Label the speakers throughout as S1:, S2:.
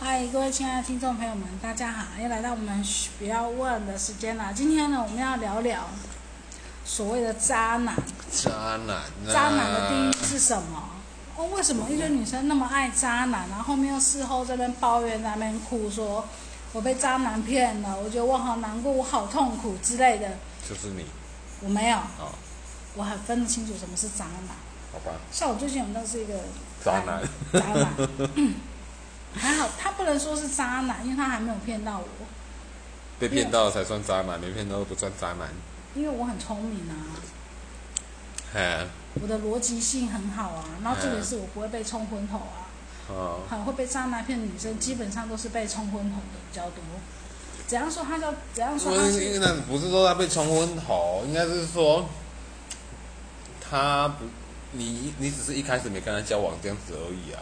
S1: 嗨，各位亲爱的听众朋友们，大家好！又来到我们不要问的时间了。今天呢，我们要聊聊所谓的渣男，
S2: 渣男、啊，
S1: 渣男的定义是什么？哦，为什么一堆女生那么爱渣男，然后后面又事后这边抱怨、那边哭说，我被渣男骗了，我觉得我好难过，我好痛苦之类的。
S2: 就是你
S1: 我没有，
S2: 哦，
S1: 我很分得清楚什么是渣男。
S2: 好吧，
S1: 像我最近有认识一个
S2: 渣男，
S1: 渣男，嗯还好他不能说是渣男，因为他还没有骗到我，
S2: 被骗到才算渣男，没骗到不算渣男。
S1: 因为我很聪明啊，
S2: 嘿，
S1: 我的逻辑性很好啊，然后重点是我不会被冲昏头啊。
S2: 哦，
S1: 很会被渣男骗的女生，基本上都是被冲昏头的比较多。怎样说他叫怎样说
S2: 不
S1: 他
S2: 是，
S1: 是
S2: 那不是说他被冲昏头，应该是说他不，你你只是一开始没跟他交往这样子而已啊。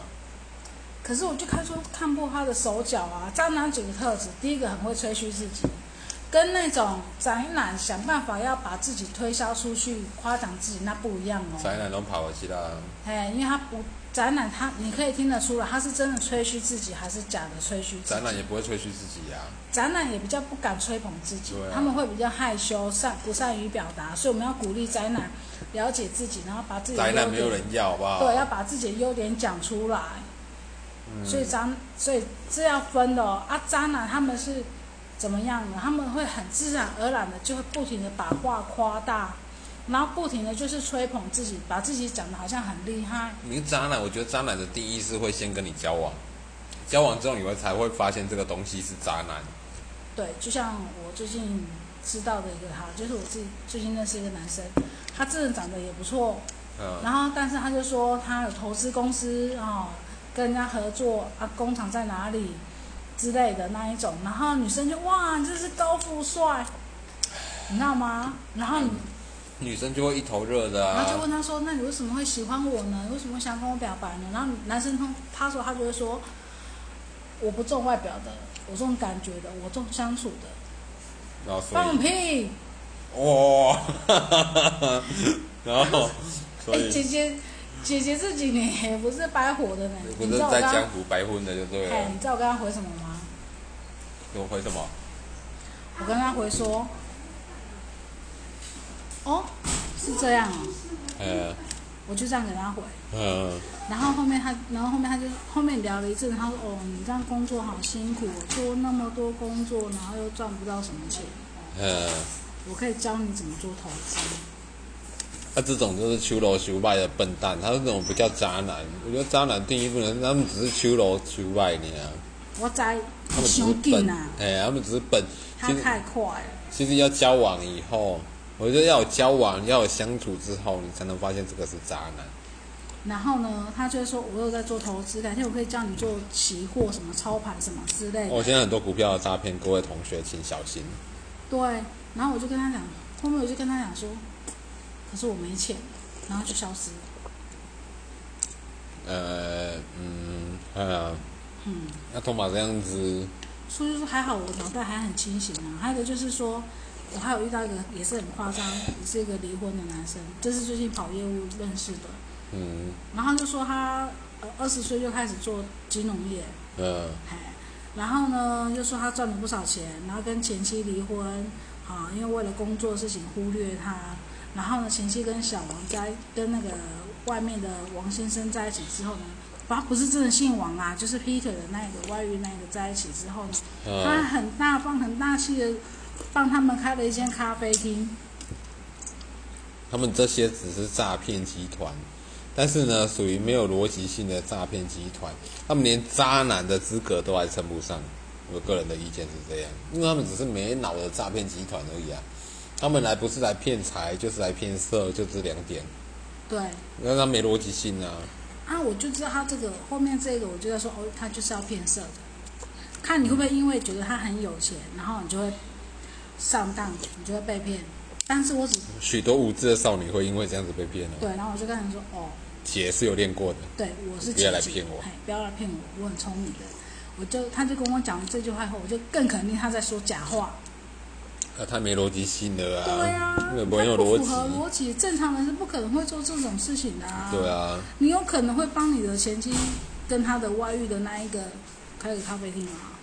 S1: 可是我就看出看破他的手脚啊。渣男几个特质，第一个很会吹嘘自己，跟那种宅男想办法要把自己推销出去、夸奖自己那不一样哦。
S2: 宅男都跑回去啦，
S1: 哎，因为他不宅男他，你可以听得出来，他是真的吹嘘自己还是假的吹嘘自己。
S2: 宅男也不会吹嘘自己啊呀、
S1: 宅男也比较不敢吹捧自己，
S2: 对啊
S1: 他们会比较害羞，善不善于表达，所以我们要鼓励宅男了解自己，然后把自己的
S2: 宅男
S1: 优
S2: 没有
S1: 点
S2: 人要，好啊不好？
S1: 对，啊要把自己的优点讲出来。
S2: 嗯
S1: 所以渣，所以这要分的哦。啊，渣男他们是怎么样呢？他们会很自然而然的就会不停的把话夸大，然后不停的就是吹捧自己，把自己讲的好像很厉害。
S2: 你渣男，我觉得渣男的定义是会先跟你交往，交往之后你会才会发现这个东西是渣男。
S1: 对，就像我最近知道的一个他，就是我自己最近认识一个男生，他真的长得也不错，
S2: 嗯，
S1: 然后，但是他就说他有投资公司哦，跟人家合作啊，工厂在哪里之类的那一种。然后女生就哇，你这是高富帅，你知道吗？然后你，
S2: 女生就会一头热的
S1: 然后就
S2: 嗯啊。
S1: 问他说，那你为什么会喜欢我呢？你为什么会想跟我表白呢？然后男生通他说他就会说，我不重外表的，我重感觉的，我重相处的，
S2: 然后所
S1: 放
S2: 以，
S1: 屁！
S2: 哇，哈哈哈哈然后所
S1: 哎、
S2: 以
S1: 姐姐，姐姐这几年也不是白活的呢，
S2: 不
S1: 你
S2: 是
S1: 知道我
S2: 在
S1: 刚
S2: 江湖白混的就对
S1: 哎，
S2: 了。
S1: 你知道我刚刚回什么吗？
S2: 我回什么？
S1: 我跟他回说，哦，是这样哦，
S2: 呃
S1: 我就这样给他回。
S2: 呃，
S1: 然后后面他，然后后面他就后面聊了一阵，他说：“哦，你这样工作好辛苦，哦做那么多工作，然后又赚不到什么钱，
S2: 呃，
S1: 我可以教你怎么做投资。
S2: 他这种就是秋楼秋拜的笨蛋，他这种不叫渣男。我觉得渣男定义不能，他们只是秋楼秋拜你啊，
S1: 我在
S2: 他们只是
S1: 想紧
S2: 笨
S1: 啊，，
S2: 哎，他们只是笨。
S1: 他
S2: 其实
S1: 太快了。
S2: 其实要交往以后，我觉得要有交往，要有相处之后，你才能发现这个是渣男。
S1: 然后呢，他就会说：我又在做投资，改天我可以教你做期货、什么操盘、什么之类的。
S2: 我、现在很多股票的诈骗，各位同学请小心。
S1: 对，然后我就跟他讲，后面我就跟他讲说，可是我没钱，然后就消失了。
S2: 呃，嗯，呃，
S1: 嗯，
S2: 那通马这样子，
S1: 所以就是还好我脑袋还很清醒啊。还有一个就是说，我还有遇到一个也是很夸张，也是一个离婚的男生，这是最近跑业务认识的。
S2: 嗯，
S1: 然后他就说他呃二十岁就开始做金融业，
S2: 呃，
S1: 哎，然后呢就说他赚了不少钱，然后跟前妻离婚，啊，因为为了工作事情忽略他，然后呢前妻跟小王在跟那个外面的王先生在一起之后呢，他不是真的姓王啊，就是 Peter 的那个外遇那个在一起之后呢，他
S2: 呃，
S1: 很大方很大气的帮他们开了一间咖啡厅，
S2: 他们这些只是诈骗集团，但是呢，属于没有逻辑性的诈骗集团，他们连渣男的资格都还称不上。我个人的意见是这样，因为他们只是没脑的诈骗集团而已啊，他们来不是来骗财，就是来骗色，就这两点。
S1: 对，
S2: 那他没逻辑性啊，
S1: 啊，我就知道他这个后面这个，我就在说哦，他就是要骗色的。看你会不会因为觉得他很有钱，然后你就会上当，你就会被骗。但是我只
S2: 许多无知的少女会因为这样子被骗哦。
S1: 对，然后我就跟人说哦，
S2: 姐是有练过的，
S1: 对我是
S2: 不要来
S1: 姐姐
S2: 骗我
S1: 嘿不要来骗我，我很聪明的。我就他就跟我讲这句话以后，我就更肯定他在说假话。
S2: 那、太没逻辑性了啊，
S1: 对啊，
S2: 因为
S1: 他
S2: 没有逻
S1: 不符合
S2: 辑，
S1: 逻辑，正常人是不可能会做这种事情的啊。
S2: 对啊，
S1: 你有可能会帮你的前妻跟他的外遇的那一个开个咖啡厅啊。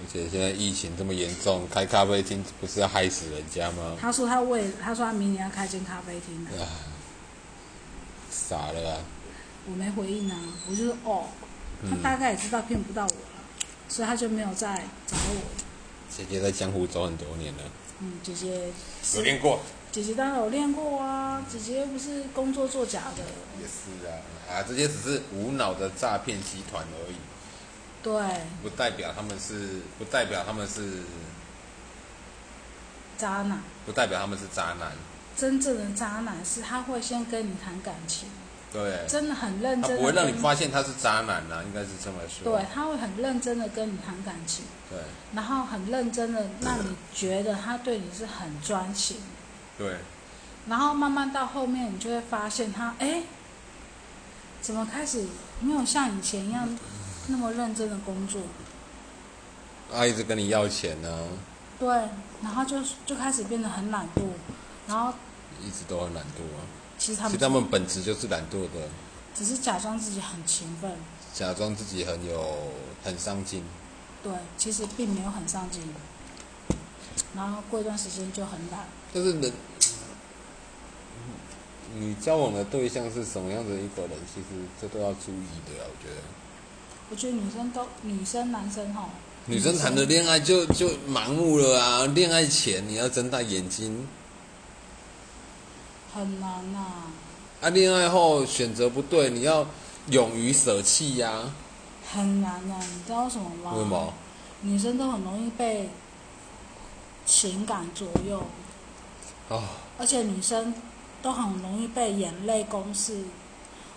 S2: 而且现在疫情这么严重，开咖啡厅不是要害死人家吗？
S1: 他说他为，他说他明年要开间咖啡厅啊，
S2: 啊，傻了啊！
S1: 我没回应啊，我就说哦，
S2: 嗯
S1: 他大概也知道骗不到我了，所以他就没有再找我。
S2: 姐姐在江湖走很多年了，
S1: 嗯，姐姐
S2: 有
S1: 是
S2: 练过，
S1: 姐姐当然有练过啊，姐姐又不是工作做假的，
S2: 也是啊，啊，这些只是无脑的诈骗集团而已，
S1: 对，
S2: 不代表他们是，不代表他们是，
S1: 渣男，
S2: 不代表他们是渣男，
S1: 真正的渣男是他会先跟你谈感情，
S2: 对，
S1: 真的很认
S2: 他
S1: 真的，
S2: 不会让你发现他是渣男呐、啊，应该是这么说，
S1: 对，他会很认真的跟你谈感情，
S2: 对
S1: 然后很认真的让你觉得他对你是很专情。
S2: 对，
S1: 然后慢慢到后面，你就会发现他，哎，怎么开始没有像以前一样那么认真的工作？
S2: 啊他一直跟你要钱啊呢、
S1: 对，然后就就开始变得很懒惰，然后
S2: 一直都很懒惰啊，
S1: 其实他
S2: 其实
S1: 们
S2: 他们本质就是懒惰的，
S1: 只是假装自己很勤奋，
S2: 假装自己很有很上进，
S1: 对，其实并没有很上进。然后过一段时间就很懒，
S2: 就是人，你交往的对象是什么样的一个人，其实这都要注意的啊，我觉得。
S1: 我觉得女生都女生男生吼，
S2: 女生谈的恋爱就就盲目了啊！恋爱前你要睁大眼睛，
S1: 很难呐、啊，
S2: 啊，恋爱后选择不对，你要勇于舍弃呀、
S1: 很难呐、你知道为什么吗？
S2: 为什么？
S1: 女生都很容易被情感左右，
S2: 哦，
S1: 而且女生都很容易被眼泪攻势。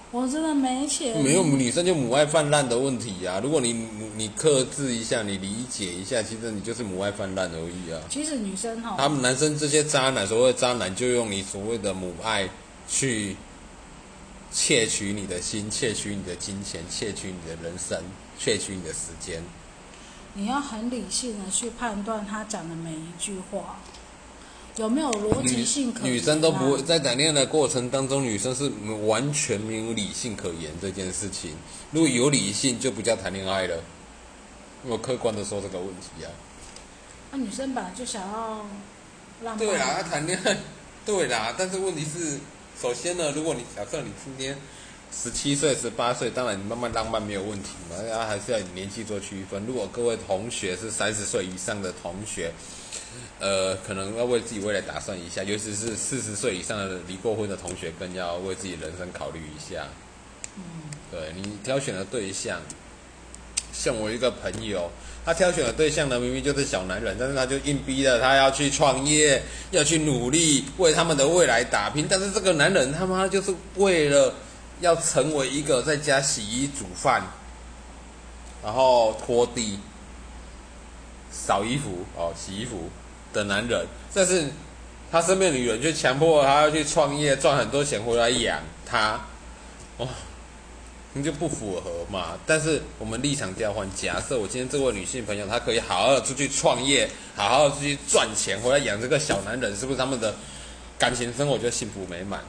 S1: 我真的没钱，
S2: 没有女生就母爱泛滥的问题啊！如果你你你克制一下，你理解一下，其实你就是母爱泛滥而已啊。
S1: 其实女生哈，
S2: 他们男生这些渣男，所谓的渣男，就用你所谓的母爱去窃取你的心，窃取你的金钱，窃取你的人生，窃取你的时间。
S1: 你要很理性的去判断她讲的每一句话有没有逻辑
S2: 女
S1: 性可言啊
S2: 女生都不会在谈恋爱的过程当中，女生是完全没有理性可言这件事情。如果有理性，就不叫谈恋爱了。我客观的说这个问题啊。
S1: 那女生本来就想要浪漫，
S2: 对啊啦，谈恋爱，对啦，但是问题是，首先呢，如果你假设你今天十七岁、十八岁，当然你慢慢浪漫没有问题嘛，然后还是要以年纪做区分。如果各位同学是三十岁以上的同学，呃，可能要为自己未来打算一下，尤其是四十岁以上的离过婚的同学，更要为自己人生考虑一下。
S1: 嗯，
S2: 对你挑选的对象，像我一个朋友，他挑选的对象呢，明明就是小男人，但是他就硬逼着他要去创业，要去努力为他们的未来打拼。但是这个男人他妈就是为了要成为一个在家洗衣煮饭，然后拖地、扫衣服哦、洗衣服的男人，但是他身边的女人却强迫他要去创业，赚很多钱回来养他。你就不符合嘛。但是我们立场交换，假设我今天这位女性朋友，她可以好好的出去创业，好好的出去赚钱，回来养这个小男人，是不是他们的感情生活就幸福美满，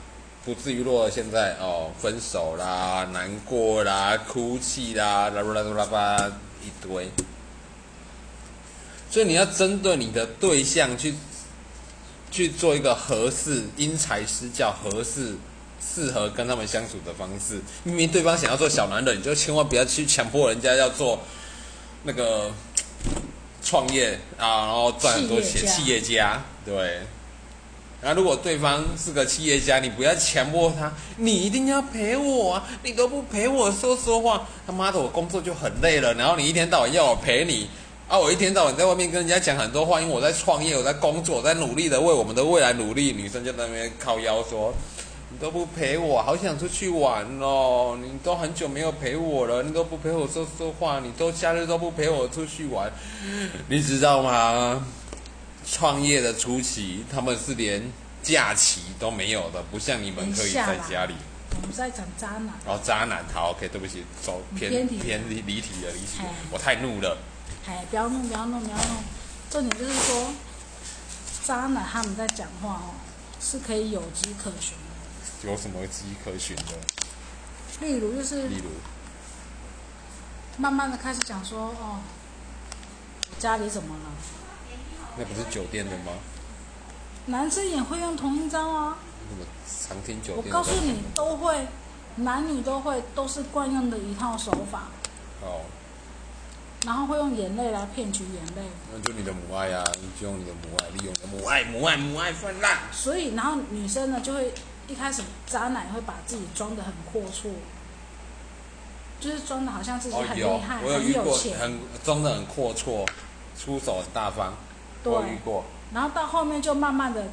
S2: 不至于落到现在哦分手啦、难过啦、哭泣啦、啦啦啦啦啦一堆。所以你要针对你的对象去去做一个合适因材施教、合适适合跟他们相处的方式。明明对方想要做小男人，你就千万不要去强迫人家要做那个创业啊，然后赚很多钱，
S1: 企
S2: 企业家对。然后如果对方是个企业家，你不要强迫他，你一定要陪我啊！你都不陪我说说话，他妈的我工作就很累了，然后你一天到晚要我陪你，啊，我一天到晚在外面跟人家讲很多话，因为我在创业，我在工作，我在努力的为我们的未来努力。女生就在那边靠腰说：“你都不陪我，好想出去玩哦！你都很久没有陪我了，你都不陪我说说话，你都假日都不陪我出去玩， 你知道吗？”创业的初期，他们是连假期都没有的，不像你们可以在家里。
S1: 我们在讲渣男，
S2: 然后渣男，好，OK，对不起，走偏
S1: 偏题了
S2: 偏离离题了，离题了
S1: 哎，
S2: 我太怒了。
S1: 哎，不要弄，不要弄，不要弄。重点就是说，渣男他们在讲话哦，是可以有迹可循的。
S2: 有什么迹可循的？
S1: 例如就是
S2: 例如，
S1: 慢慢的开始讲说，哦，我家里怎么了？
S2: 那不是酒店的吗？
S1: 男生也会用同音招啊，
S2: 那么常听酒
S1: 我
S2: 店的。
S1: 告诉你都会，男女都会，都是惯用的一套手法，
S2: 哦，
S1: 然后会用眼泪来骗取眼泪，
S2: 那就你的母爱啊，你就用你的母爱，利用你的母爱，母爱，母爱泛滥。
S1: 所以然后女生呢就会一开始渣男会把自己装得很阔绰，就是装的好像自己
S2: 哦
S1: 很，厉
S2: 有
S1: 害，，
S2: 我有
S1: 很
S2: 遇
S1: 有
S2: 过，
S1: 钱，
S2: 很装的很阔绰，出手很大方。
S1: 对
S2: 我有遇过，
S1: 然后到后面就慢慢的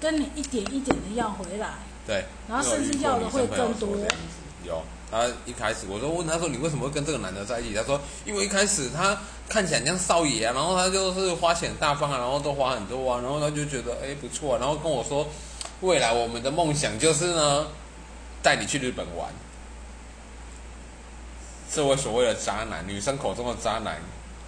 S1: 跟你一点一点的要回来，
S2: 对。
S1: 然后
S2: 我有
S1: 甚
S2: 遇
S1: 至
S2: 过
S1: 要的
S2: 女
S1: 会
S2: 生朋友
S1: 更
S2: 说
S1: 多
S2: 这。样子有，他一开始我说问他说你为什么会跟这个男的在一起？他说因为一开始他看起来很像少爷啊，然后他就是花钱很大方啊，然后都花很多啊，然后他就觉得哎不错、啊，然后跟我说未来我们的梦想就是呢带你去日本玩。这位所谓的渣男，女生口中的渣男，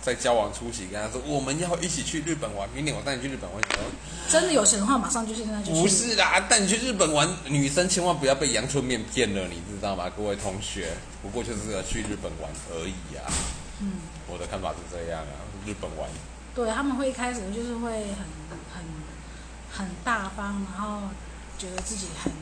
S2: 在交往初期跟他说我们要一起去日本玩，明年我带你去日本玩。然后
S1: 真的有钱的话，马上就现在就去。
S2: 不是啦，带你去日本玩，女生千万不要被阳春面骗了，你知道吗？各位同学，不过就是个去日本玩而已啊。
S1: 嗯，
S2: 我的看法是这样啊，日本玩，
S1: 对，他们会一开始就是会很很很大方，然后觉得自己很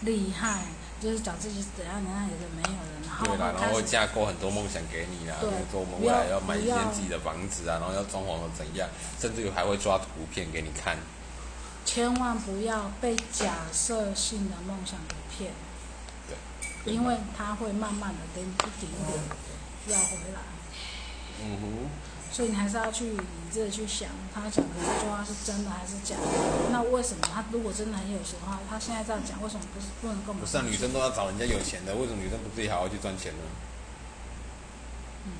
S1: 厉害，就是讲自己怎样怎样有的没有的，然后
S2: 对
S1: 会
S2: 啦，然后
S1: 开
S2: 会
S1: 始
S2: 架构很多梦想给你啦，啊比
S1: 对
S2: 如说我们
S1: 不
S2: 未来
S1: 要
S2: 要买一
S1: 不
S2: 间
S1: 要
S2: 自己的房子啊，然后要装潢的怎样，甚至于还会抓图片给你看。
S1: 千万不要被假设性的梦想给骗，
S2: 对
S1: 因为他会慢慢的给你一点一点要回来，
S2: 嗯哼，
S1: 所以你还是要去理智的去想，他讲的这句话是真的还是假的？那为什么他如果真的很有钱的话，他现在这样讲，为什么不是不能够马
S2: 不是啊，
S1: 上
S2: 女
S1: 去
S2: 生都要找人家有钱的，为什么女生不自己好好去赚钱呢？嗯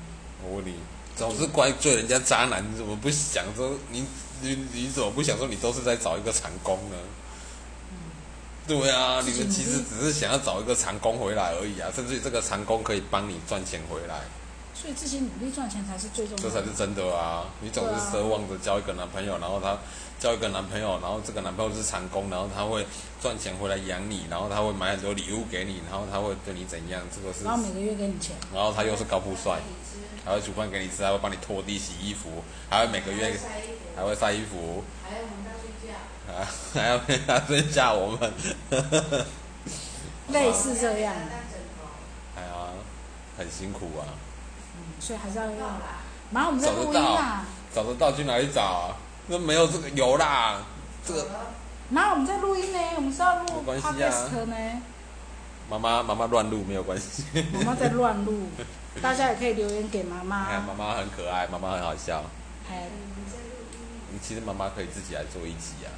S2: 我问你，总是怪罪人家渣男，你怎么不想说你你你怎么不想说你都是在找一个长工呢？对啊，你
S1: 自己
S2: 们
S1: 努
S2: 嗯其实
S1: 力
S2: 只是想要找一个长工回来而已啊，甚至于这个长工可以帮你赚钱回来，
S1: 所以自己努力赚钱才是最重要
S2: 这
S1: 的。
S2: 才是真的啊！你总是
S1: 对啊
S2: 奢望着交一个男朋友，然后他交一个男朋友，然后这个男朋友是长工，然后他会赚钱回来养你，然后他会买很多礼物给你，然后他会对你怎样，这个是
S1: 然后每个月给你钱，
S2: 然后他又是高富帅，还会煮饭给你吃，还会帮你拖地、洗衣服，还会每个月还会晒衣服，啊，还要陪他睡觉。我们，
S1: 类似这样，
S2: 哎呀，很辛苦啊，
S1: 所以还是要用。然后我们在
S2: 找
S1: 录
S2: 得
S1: 音
S2: 到
S1: 啦，，
S2: 找得到去哪里找啊？那没有这个有啦，这个
S1: 然后我们在录音呢，我们是要录
S2: 没关系啊
S1: podcast 呢，
S2: 妈妈妈妈乱录没有关系，
S1: 妈妈在乱录，大家也可以留言给妈
S2: 哎呀，妈
S1: 妈。
S2: 妈很可爱，妈妈很好笑。
S1: 哎，
S2: 其实妈妈可以自己来做一集啊，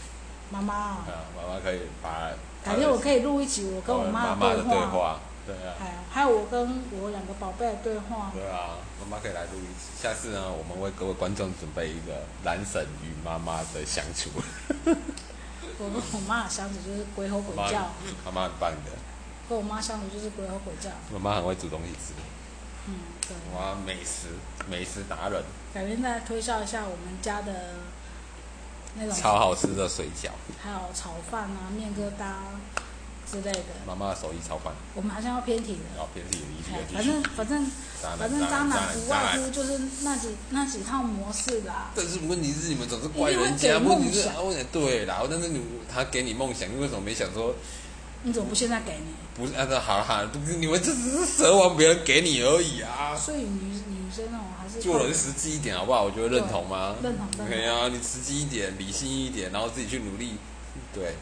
S1: 妈妈啊，
S2: 啊，妈妈可以把呃
S1: 改天我可以录一集我跟我
S2: 哦
S1: 妈
S2: 妈妈的
S1: 对
S2: 对
S1: 话，
S2: 话，对啊。
S1: 哎，还有我跟我两个宝贝的对话。
S2: 对啊，妈妈可以来录一次。下次呢，我们为各位观众准备一个男神与妈妈的相处。
S1: 我跟我妈的相处就是鬼吼鬼
S2: 妈
S1: 叫，
S2: 妈妈很棒的，
S1: 跟我妈相处就是鬼吼鬼叫。
S2: 妈妈很会煮东西吃，
S1: 嗯，对。
S2: 哇，美食美食达人，
S1: 改天再推销一下我们家的那种
S2: 超好吃的水饺，
S1: 还有炒饭啊、面疙瘩之类的。
S2: 妈妈的手艺超棒。
S1: 我们好像要偏题了。
S2: 然后平时有一题
S1: 哎
S2: 就
S1: 反
S2: 继续
S1: 正。反正
S2: 渣男
S1: 反正渣
S2: 渣
S1: 男
S2: 男
S1: 不
S2: 渣
S1: 外
S2: 男
S1: 乎就是那几那几套模式啦。
S2: 但是问题是你们总是怪人
S1: 一定
S2: 家，
S1: 会给
S2: 问题
S1: 梦
S2: 是
S1: 想
S2: 啊问题对啦，但是你他给你梦想，你为什么没想说
S1: 你怎么不现在给你？
S2: 不是？啊，那好了好了，不是你们这只是奢望别人给你而已啊。
S1: 所以女女生哦，还是
S2: 做人实际一点好不好？我觉得认同吗？
S1: 对认同认同
S2: 对啊，你实际一点，理性一点，然后自己去努力，对，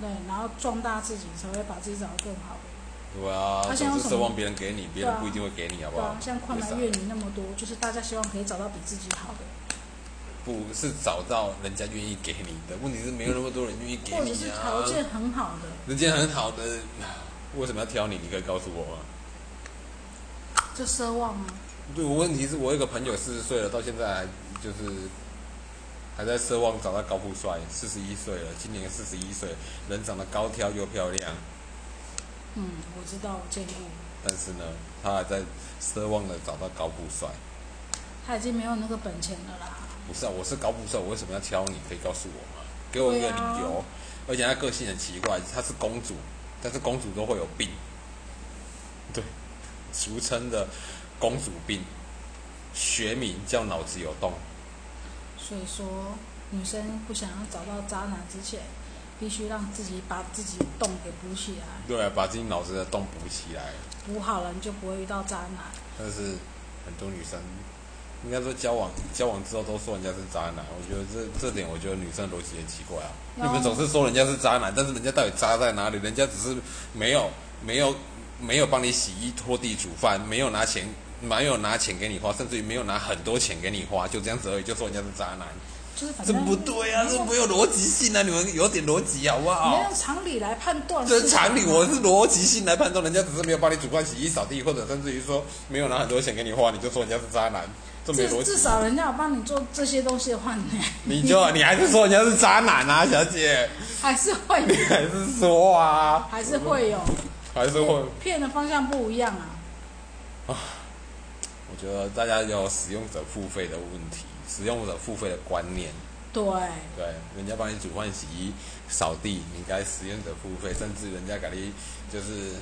S1: 对，然后壮大自己，才会把自己找得更好。
S2: 对啊。
S1: 他现在
S2: 总
S1: 用
S2: 是
S1: 什
S2: 奢
S1: 么
S2: 望别人给你，别人
S1: 对啊
S2: 不一定会给你，好不
S1: 对
S2: 好
S1: 啊，？像快
S2: 为啥
S1: 男怨女那么多，就是大家希望可以找到比自己好的，
S2: 不是找到人家愿意给你的，问题是没有那么多人愿意给
S1: 或者是
S2: 你
S1: 条
S2: 啊。
S1: 件很好的，
S2: 人家很好的，为什么要挑你？你可以告诉我吗？
S1: 就奢望啊。
S2: 对，我问题是我有一个朋友四十岁了，到现在还就是还在奢望找到高富帅，四十一岁了，今年四十一岁，人长得高挑又漂亮。
S1: 嗯，我知道，我见过。
S2: 但是呢，他还在奢望的找到高富帅。
S1: 他已经没有那个本钱了啦。
S2: 不是啊，我是高富帅，我为什么要挑你？可以告诉我吗？给我一个
S1: 对啊
S2: 理由。而且她个性很奇怪，她是公主，但是公主都会有病。对，俗称的公主病，学名叫脑子有洞。
S1: 所以说，女生不想要找到渣男之前，必须让自己把自己的洞给补起来，
S2: 对啊，把自己脑子的洞补起来。
S1: 补好了你就不会遇到渣男。
S2: 但是很多女生，应该说交往交往之后都说人家是渣男，我觉得这这点我觉得女生的逻辑很奇怪啊。
S1: 有
S2: 你们总是说人家是渣男，但是人家到底渣在哪里？人家只是没有没有没有帮你洗衣拖地煮饭，没有拿钱没有拿钱给你花，甚至于没有拿很多钱给你花，就这样子而已，就说人家是渣男，
S1: 就是反
S2: 这
S1: 正
S2: 不对啊，这
S1: 你用
S2: 没有逻辑性啊！你们有点逻辑好不
S1: 你要
S2: 好？
S1: 用常理来判断。
S2: 这常理，我是逻辑性来判断，人家只是没有帮你煮饭、洗衣、扫地，或者甚至于说没有拿很多钱给你花，你就说人家是渣男，这没有逻
S1: 至至。
S2: 辑
S1: 少人家有帮你做这些东西的话，你
S2: 你就你还是说人家是渣男啊，小姐，
S1: 还是会
S2: 你还是说啊，
S1: 还是会有
S2: 还是会。
S1: 骗的方向不一样啊。
S2: 我觉得大家有使用者付费的问题，使用者付费的观念，
S1: 对，
S2: 对，人家帮你煮饭、洗衣、扫地，你应该使用者付费，甚至人家给你就是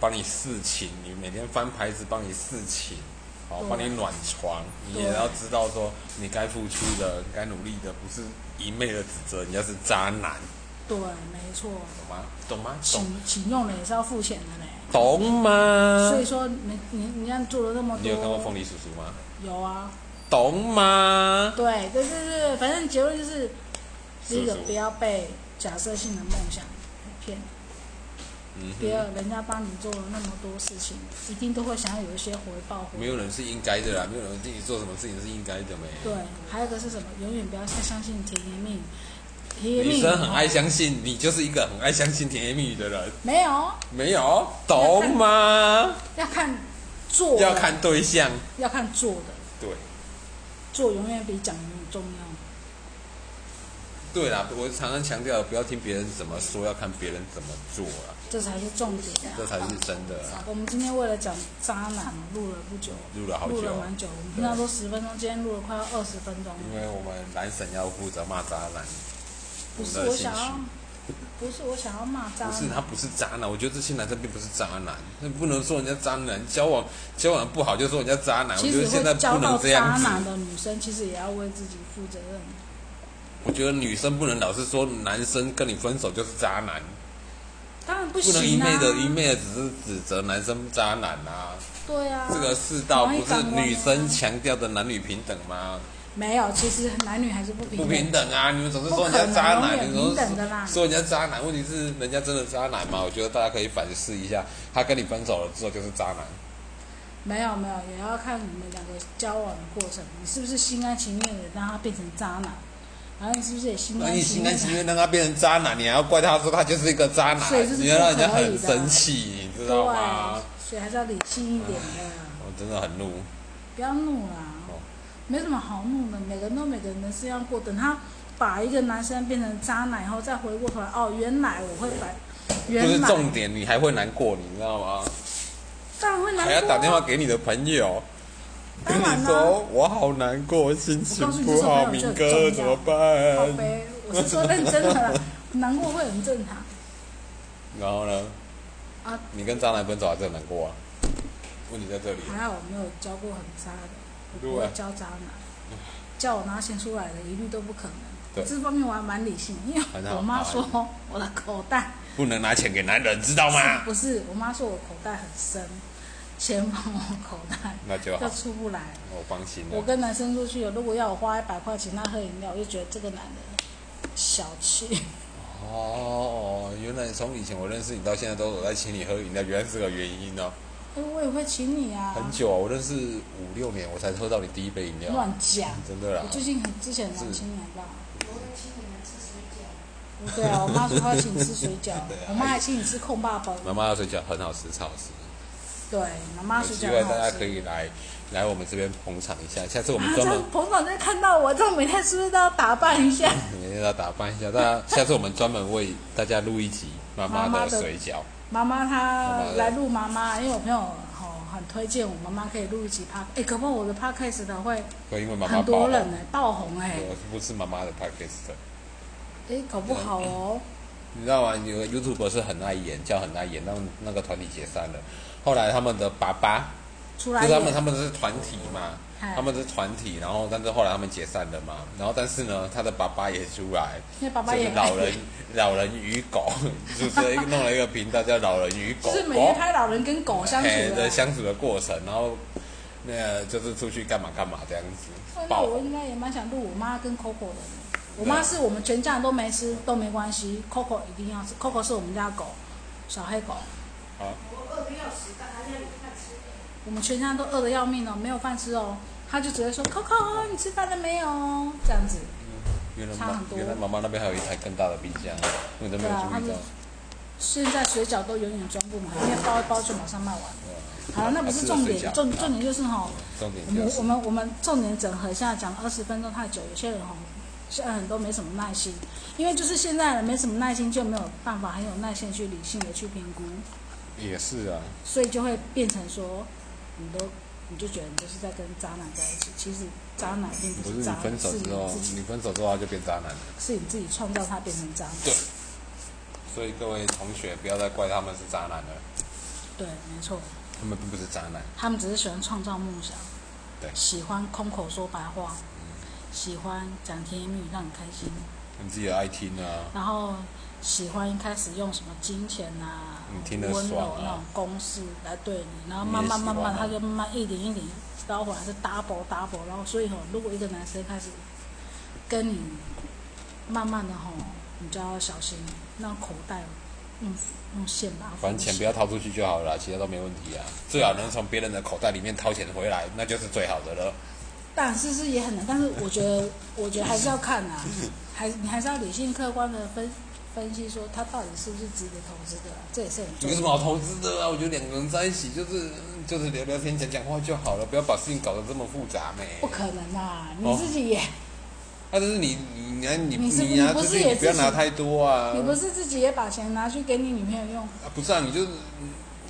S2: 帮你侍寝，你每天翻牌子帮你侍寝，好，
S1: 对
S2: 帮你暖床，你也
S1: 对
S2: 要知道说你该付出的、该努力的，不是一昧的指责人家是渣男，
S1: 对，没错，
S2: 懂吗？懂吗？懂
S1: 请请用的也是要付钱的嘞。
S2: 懂吗
S1: 所以？说你，你你看做了那么多，
S2: 你有看过凤梨叔叔吗？
S1: 有啊，
S2: 懂吗？
S1: 对对对对，反正结论就是，第一个
S2: 是不是
S1: 不要被假设性的梦想给骗，
S2: 嗯哼
S1: 第二人家帮你做了那么多事情，一定都会想要有一些回报回
S2: 没有人是应该的啦，没有人自己做什么事情是应该的没。
S1: 对，还有一个是什么？永远不要太相信甜言蜜语。甜言蜜
S2: 女
S1: 语
S2: 生很爱
S1: 哦
S2: 相信，你就是一个很爱相信甜言蜜语的人，
S1: 没有，
S2: 没有懂吗？
S1: 要看做的，
S2: 要看对象，
S1: 要看做的，
S2: 对
S1: 做永远比讲永远重要。
S2: 对啦，我常常强调不要听别人怎么说，要看别人怎么做啦，
S1: 这才是重点、啊，
S2: 这才是真的啦。
S1: 我们今天为了讲渣男，录了不久，
S2: 录了好久啊
S1: 录了蛮久。我们平常都十分钟，今天录了快要二十分钟。
S2: 因为我们男神要负责骂渣男，
S1: 不是
S2: 我们
S1: 我
S2: 的兴
S1: 想要
S2: 趣。，
S1: 不是我想要骂渣
S2: 不是
S1: 男，
S2: 他不是渣男，我觉得这些男生并不是渣男，那不能说人家渣男，交往交往不好就说人家渣男，我
S1: 其
S2: 觉
S1: 实
S2: 得现在
S1: 会交
S2: 不
S1: 到
S2: 能这
S1: 渣
S2: 样子。
S1: 男的女生，其实也要为自己负责任。
S2: 我觉得女生不能老是说男生跟你分手就是渣男，
S1: 当然不
S2: 不能一
S1: 行
S2: 昧
S1: 啊，
S2: 的一昧的只是指责男生渣男啊。
S1: 对啊，
S2: 这个世道不是女生强调的男女平等吗？
S1: 没有，其实男女还是不平
S2: 不
S1: 等。
S2: 平等啊！你们总是说人家渣
S1: 不可
S2: 男，
S1: 能
S2: 你总
S1: 永远平等的啦
S2: 是说人家渣男，问题是人家真的渣男吗？我觉得大家可以反思一下，他跟你分手了之后就是渣男。
S1: 没有没有，也要看你们两个交往的过程，你是不是心甘情愿的让他变成渣男，然后你是不是也心
S2: 那
S1: 甘
S2: 呃你
S1: 情
S2: 心
S1: 愿
S2: 甘
S1: 地
S2: 情愿让他变成渣男，你还要怪他说他就是一个渣男
S1: 所以这，是
S2: 你要让人家
S1: 不可以的
S2: 很生气，你知道吗
S1: 对？，啊所以还是要理性一点的，
S2: 我真的很怒。
S1: 不要怒啦
S2: 哦，
S1: 没什么好怒的，每个人都有每个人的事要过。等他把一个男生变成渣男以后，再回过头来，哦，原来我会把，
S2: 不是
S1: 原来
S2: 重点，你还会难过，你知道吗？
S1: 当然会难 过
S2: 还要
S1: 啊，
S2: 打电话给你的朋友，跟
S1: 当然
S2: 你
S1: 啦
S2: 说我好难过，心情不好，明哥怎么
S1: 好
S2: 办？
S1: 呗，我是说认真的啦，难过会很正常
S2: 然后呢？
S1: 啊。
S2: 你跟渣男分手还是很难过啊？问题在这里。
S1: 还好我没有教过很渣的，我不
S2: 对
S1: 会
S2: 啊
S1: 教渣男，叫我拿钱出来的一律都不可能。
S2: 对
S1: 这方面我还蛮理性的，因
S2: 很
S1: 为
S2: 好
S1: 我妈
S2: 好
S1: 说我的口袋
S2: 不能拿钱给男人，知道
S1: 是
S2: 吗？
S1: 不是？我妈说我口袋很深，钱往我口 袋
S2: 那就好
S1: 要，出不来。
S2: 我放心
S1: 我
S2: 了。
S1: 跟男生出去，如果要我花一百块请他喝饮料，我就觉得这个男的小气。
S2: 哦，原来从以前我认识你到现在都有在请你喝饮料，原来是个原因哦。
S1: 哎，我也会请你啊，
S2: 很久啊，我认识五六年我才喝到你第一杯饮料，
S1: 乱讲。
S2: 真的啦
S1: 我。最近很之前很
S2: 是
S1: 请你好不好？
S3: 我会请你们吃水饺，
S1: 对啊，我妈说她要请你吃水饺
S2: 对啊，
S1: 我妈还请你吃控霸包。
S2: 妈妈的水饺很好吃，超好吃。
S1: 对，妈妈
S2: 有
S1: 水
S2: 机
S1: 饺
S2: 会
S1: 很
S2: 大
S1: 好
S2: 家可
S1: 吃。
S2: 以来来我们这边捧场一下，下次我
S1: 啊
S2: 们，
S1: 这
S2: 专门
S1: 样彭总就看到我，这样每天是不是都要打扮一下？
S2: 每天要打扮一下，大家下次我们专门为大家录一集妈妈
S1: 妈妈
S2: 的
S1: 的
S2: 水饺，
S1: 妈妈她
S2: 妈妈的
S1: 来录妈妈，因为我朋友哦很推荐我妈妈可以录一集 p 哎，搞不好我的 podcast 的会
S2: 会因为妈妈
S1: 很
S2: 爆
S1: 多
S2: 红
S1: 人哎、爆红哎、
S2: 我不是妈妈的 podcast，
S1: 哎，搞不好哦，
S2: 你知道吗？有个 YouTube 是很爱演，叫很爱演，那那个团体解散了，后来他们的爸爸
S1: 出
S2: 就
S1: 来
S2: 是他们
S1: 演
S2: 他，们是团体嘛，
S1: 哎
S2: 他们是团体，然后但是后来他们解散了嘛，然后但是呢，他的爸爸也出来，
S1: 因为爸爸
S2: 就
S1: 也
S2: 是老人老人与狗，就是弄了一个频道叫老人与狗
S1: 就是每
S2: 狗
S1: 天，拍老人跟狗相处
S2: 哎
S1: 的
S2: 的
S1: 啊。
S2: 相处的过程，然后那个就是出去干嘛干嘛这样子，
S1: 那
S2: 爆
S1: 哎我
S2: 红
S1: 应该也蛮想录我妈跟 Coco 的。我
S2: 对
S1: 妈
S2: 啊
S1: 是我们全家人都没吃都没关系，Coco 一定要吃。Coco 是我们家狗，小黑狗。
S3: 我饿的要死，但还要有饭吃。
S1: 我们全家都饿得要命哦，没有饭吃哦。他就直接说：“Coco，你吃饭了没有？”这样子，
S2: 原来
S1: 差
S2: 妈
S1: 很多
S2: 原来妈妈那边还有一台更大的冰箱，我都没
S1: 对
S2: 有
S1: 啊，他
S2: 注意
S1: 们
S2: 到。
S1: 现在水饺都永远装不满，因为包一包就马上卖完。好了，那不是重
S2: 啊
S1: 点，重重点就是哈、
S2: 重点
S1: 我
S2: 就
S1: 们
S2: 是啊
S1: 我们我们重点整合一下，讲了二十分钟太久，有些人哦，现在很多没什么耐心，因为就是现在人没什么耐心，就没有办法很有耐心地去理性的去评估，
S2: 也是啊，
S1: 所以就会变成说，你都你就觉得你就是在跟渣男在一起，其实渣男并
S2: 不
S1: 不
S2: 是
S1: 是
S2: 你
S1: 渣男，
S2: 分手
S1: 是
S2: 之后
S1: 你自，己
S2: 你分手之后他就变渣男了。
S1: 是你自己创造他变成渣男。
S2: 对所以各位同学不要再怪他们是渣男了，
S1: 对，没错，
S2: 他们并不是渣男。
S1: 他们只是喜欢创造梦想，
S2: 对
S1: 喜欢空口说白话，喜欢讲甜言蜜语让你开心。
S2: 你自己也爱听啊，
S1: 然后喜欢一开始用什么金钱啊、
S2: 你听得
S1: 温柔
S2: 爽啊
S1: 那种公式来对你，然后慢慢
S2: 你也喜
S1: 慢
S2: 欢啊
S1: 慢，他就慢慢一点一点，到后来是 double double，然后所以吼、如果一个男生开始跟你慢慢的吼、你就要小心，让口袋用用线把它
S2: 反正钱不
S1: 要
S2: 要掏出去就好了啦，其他都没问题啊。最好能从别人的口袋里面掏钱回来，那就是最好的了。
S1: 但是是也很难，但是我觉得我觉得还是要看啊，还你还是要理性客观的分。分析说他到底是不是值得投资的啊、这也是很重要
S2: 有什
S1: 的。
S2: 么好投资的啊？我觉得两个人在一起就是就是聊聊天、讲讲话就好了，不要把事情搞得这么复杂没。
S1: 不可能啊！你
S2: 哦
S1: 自己也，
S2: 啊，但是你你拿你
S1: 你是
S2: 你
S1: 你
S2: 啊拿
S1: 不
S2: 出
S1: 是
S2: 去，
S1: 也
S2: 你不要
S1: 自己
S2: 拿太多啊。
S1: 你不是自己也把钱拿去给你女朋友用？
S2: 啊，不是啊，你就是，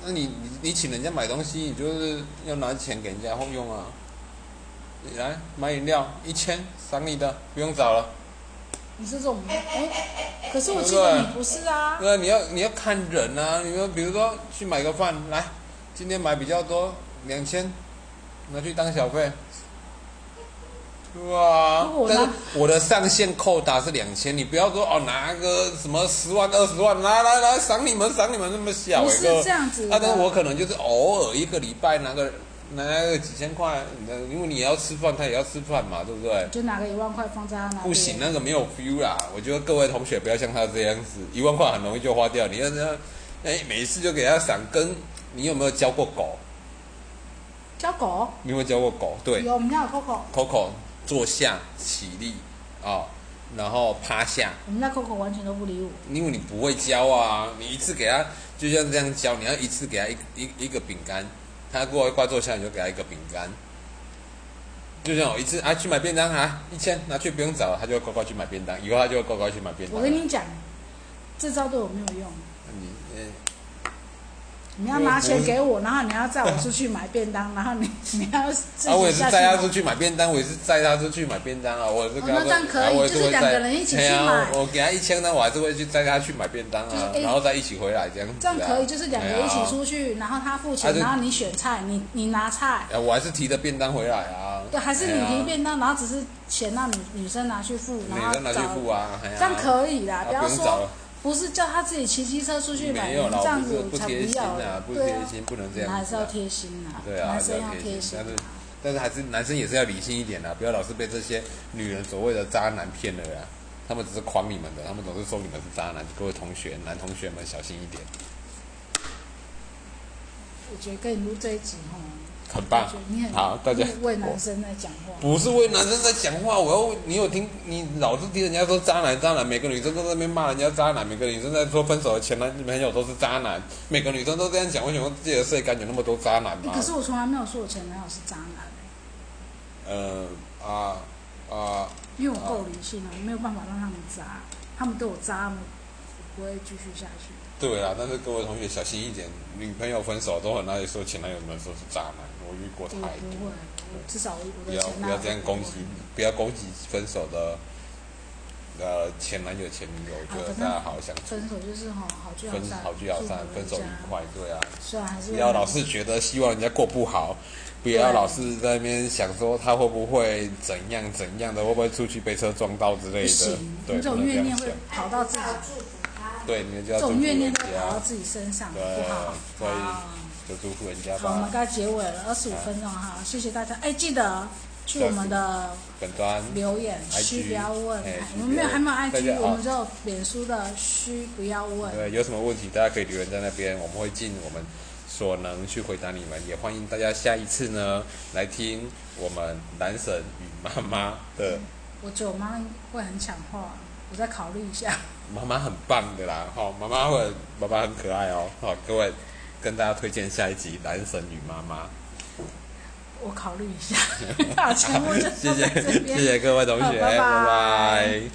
S2: 那你你你请人家买东西，你就是要拿钱给人家用啊。你来买饮料，一千，赏你的，不用找了。
S1: 你是这种哎、可是我记得你不是啊。
S2: 那你要你要看人啊，你说比如说去买个饭，来，今天买比较多，两千，拿去当小费。哇
S1: 如果！我拿
S2: 但是我的上限扣打是两千，你不要说哦拿个什么十万二十万，来来来赏你们赏你们那么小
S1: 不
S2: 一
S1: 是
S2: 个。
S1: 这样子的
S2: 啊，但是我可能就是偶尔一个礼拜拿个拿个几千块，那因为你也要吃饭，他也要吃饭嘛，对不对？
S1: 就拿个一万块放在他那边。
S2: 不行，啊那个没有 feel 啦。我觉得各位同学不要像他这样子，一万块很容易就花掉。你要这样，哎，每一次就给他赏跟你有没有教过狗？
S1: 教狗。
S2: 你有没有教过狗？对
S1: 有，我们家有 Coco，
S2: ，Coco 坐下起立啊、然后趴下，
S1: 我们家 Coco 完全都不理我。
S2: 因为你不会教啊，你一次给他就像这样教，你要一次给他一一一个饼干，他过来挂坐下，你就给他一个饼干。就像我一次啊，去买便当啊，一千拿去不用找了，他就会乖乖去买便当，以后他就会乖乖去买便当。
S1: 我跟你讲，这招对我没有用。
S2: 你呃
S1: 你要拿钱给我，然后你要载我出去买便当，然后你你要自
S2: 啊，我也
S1: 己
S2: 是
S1: 下去
S2: 载他
S1: 买。
S2: 出去买便当，我也是载他出去买便当啊，我也是跟
S1: 哦
S2: 他
S1: 那这样可以
S2: 啊我也
S1: 就是
S2: 会
S1: 两
S2: 载
S1: 个人一起去
S2: 哎呀
S1: 买
S2: 我我给他一千呢，我还是会去载他去买便当啊
S1: 就，是哎
S2: 然后再一起回来这样子、啊。
S1: 这样可以，就是两个一起
S2: 哎呀。
S1: 出去，然后他付
S2: 啊
S1: 钱，
S2: 就
S1: 然后你选菜，你你拿菜，
S2: 哎、我还是提着便当回来啊。
S1: 对，还是
S2: 哎
S1: 你
S2: 呀
S1: 提便当，然后只是钱让女女生拿去付，然
S2: 每
S1: 后
S2: 个拿去
S1: 找
S2: 付啊，哎呀
S1: 这样可以啦，
S2: 啊
S1: 不要
S2: 用找
S1: 说
S2: 了，
S1: 不是叫他自己骑机车出去买，
S2: 没
S1: 你
S2: 有啦，
S1: 这样
S2: 我
S1: 子
S2: 不是不
S1: 才
S2: 贴心
S1: 要
S2: 啊
S1: 了，，
S2: 不
S1: 对
S2: 贴
S1: 啊，
S2: 心，不能这
S1: 你
S2: 样
S1: 还
S2: 子
S1: 是
S2: 啊、
S1: 要贴心啊，
S2: 对啊，
S1: 男生要
S2: 还是
S1: 贴
S2: 贴
S1: 心
S2: 但是
S1: 啊，
S2: 但是还是男生也是要理性一点啦，啊不要老是被这些女人所谓的渣男骗了啦。他们只是诓你们的，他们总是说你们是渣男。各位同学，男同学们小心一点，
S1: 我觉得跟你录这一集哈，
S2: 很
S1: 我
S2: 棒
S1: 觉得你。很
S2: 好，大家
S1: 你为
S2: 我
S1: 男生在讲话，
S2: 不是为男生在讲话，我要为你有听你老是听人家说渣男渣男，每个女生都在那边骂人家渣男，每个女生在说分手的前男朋友都是渣男，每个女生都这样讲，为什么自己的社感有那么多渣男
S1: 欸
S2: 嘛？
S1: 可是我从来没有说我前男友是渣男欸，
S2: 呃啊啊，
S1: 因为我够理性了，我没有办法让他们渣，他们对我渣，我我不会继续下去。
S2: 对啦，但是各位同学小心一点，女朋友分手都很爱说前男友们说是渣男，我遇过
S1: 我
S2: 太
S1: 不会，
S2: 多。
S1: 我至少我
S2: 不
S1: 的
S2: 要
S1: 前
S2: 不
S1: 男友
S2: 要这样
S1: 不
S2: 攻
S1: 会
S2: 击，不要攻击分手的呃前男友前女友，
S1: 啊
S2: 就
S1: 反正
S2: 大家好好相处，
S1: 分手就是吼好聚好
S2: 分
S1: 散，
S2: 好聚好散，
S1: 祝福
S2: 分手
S1: 人家
S2: 愉快，对啊，
S1: 虽然还是
S2: 不要老是觉得希望人家过不好，不要
S1: 对
S2: 老是在那边想说他会不会怎样怎样的，会不会出去被车撞到之
S1: 不
S2: 类的
S1: 行，，
S2: 对，
S1: 你这种
S2: 不能
S1: 怨
S2: 这
S1: 念
S2: 样
S1: 会
S2: 想
S1: 跑到自己，
S3: 祝福他。
S2: 对，你们就要
S1: 这
S2: 祝
S1: 种
S2: 福
S1: 怨念
S2: 人
S1: 都会跑到
S2: 家，
S1: 自己身上，
S2: 对
S1: 不好。，
S2: 所
S1: 好
S2: 以就祝福人家
S1: 好，我们
S2: 吧。
S1: 该结尾了，二十五分钟哈，谢谢大家。哎，记得去我们的
S2: 本端
S1: 留言
S2: IG
S1: 虚不要问
S2: 哎，
S1: 我们没有还没有
S2: 大家
S1: IG，
S2: 啊
S1: 我们只有脸书的虚不要问。
S2: 对，呃有什么问题大家可以留言在那边，我们会尽我们所能去回答你们。也欢迎大家下一次呢来听我们男神与妈妈的，
S1: 我觉得我妈会很抢话，我再考虑一下。
S2: 妈妈很棒的啦，哈、妈妈会，妈妈很可爱哦，好、各位跟大家推荐下一集男神与妈妈，
S1: 我考虑一下，把沉默就
S2: 谢
S1: 放
S2: 谢
S1: 在这边。
S2: 谢谢各位同学，
S1: 好拜拜
S2: 拜拜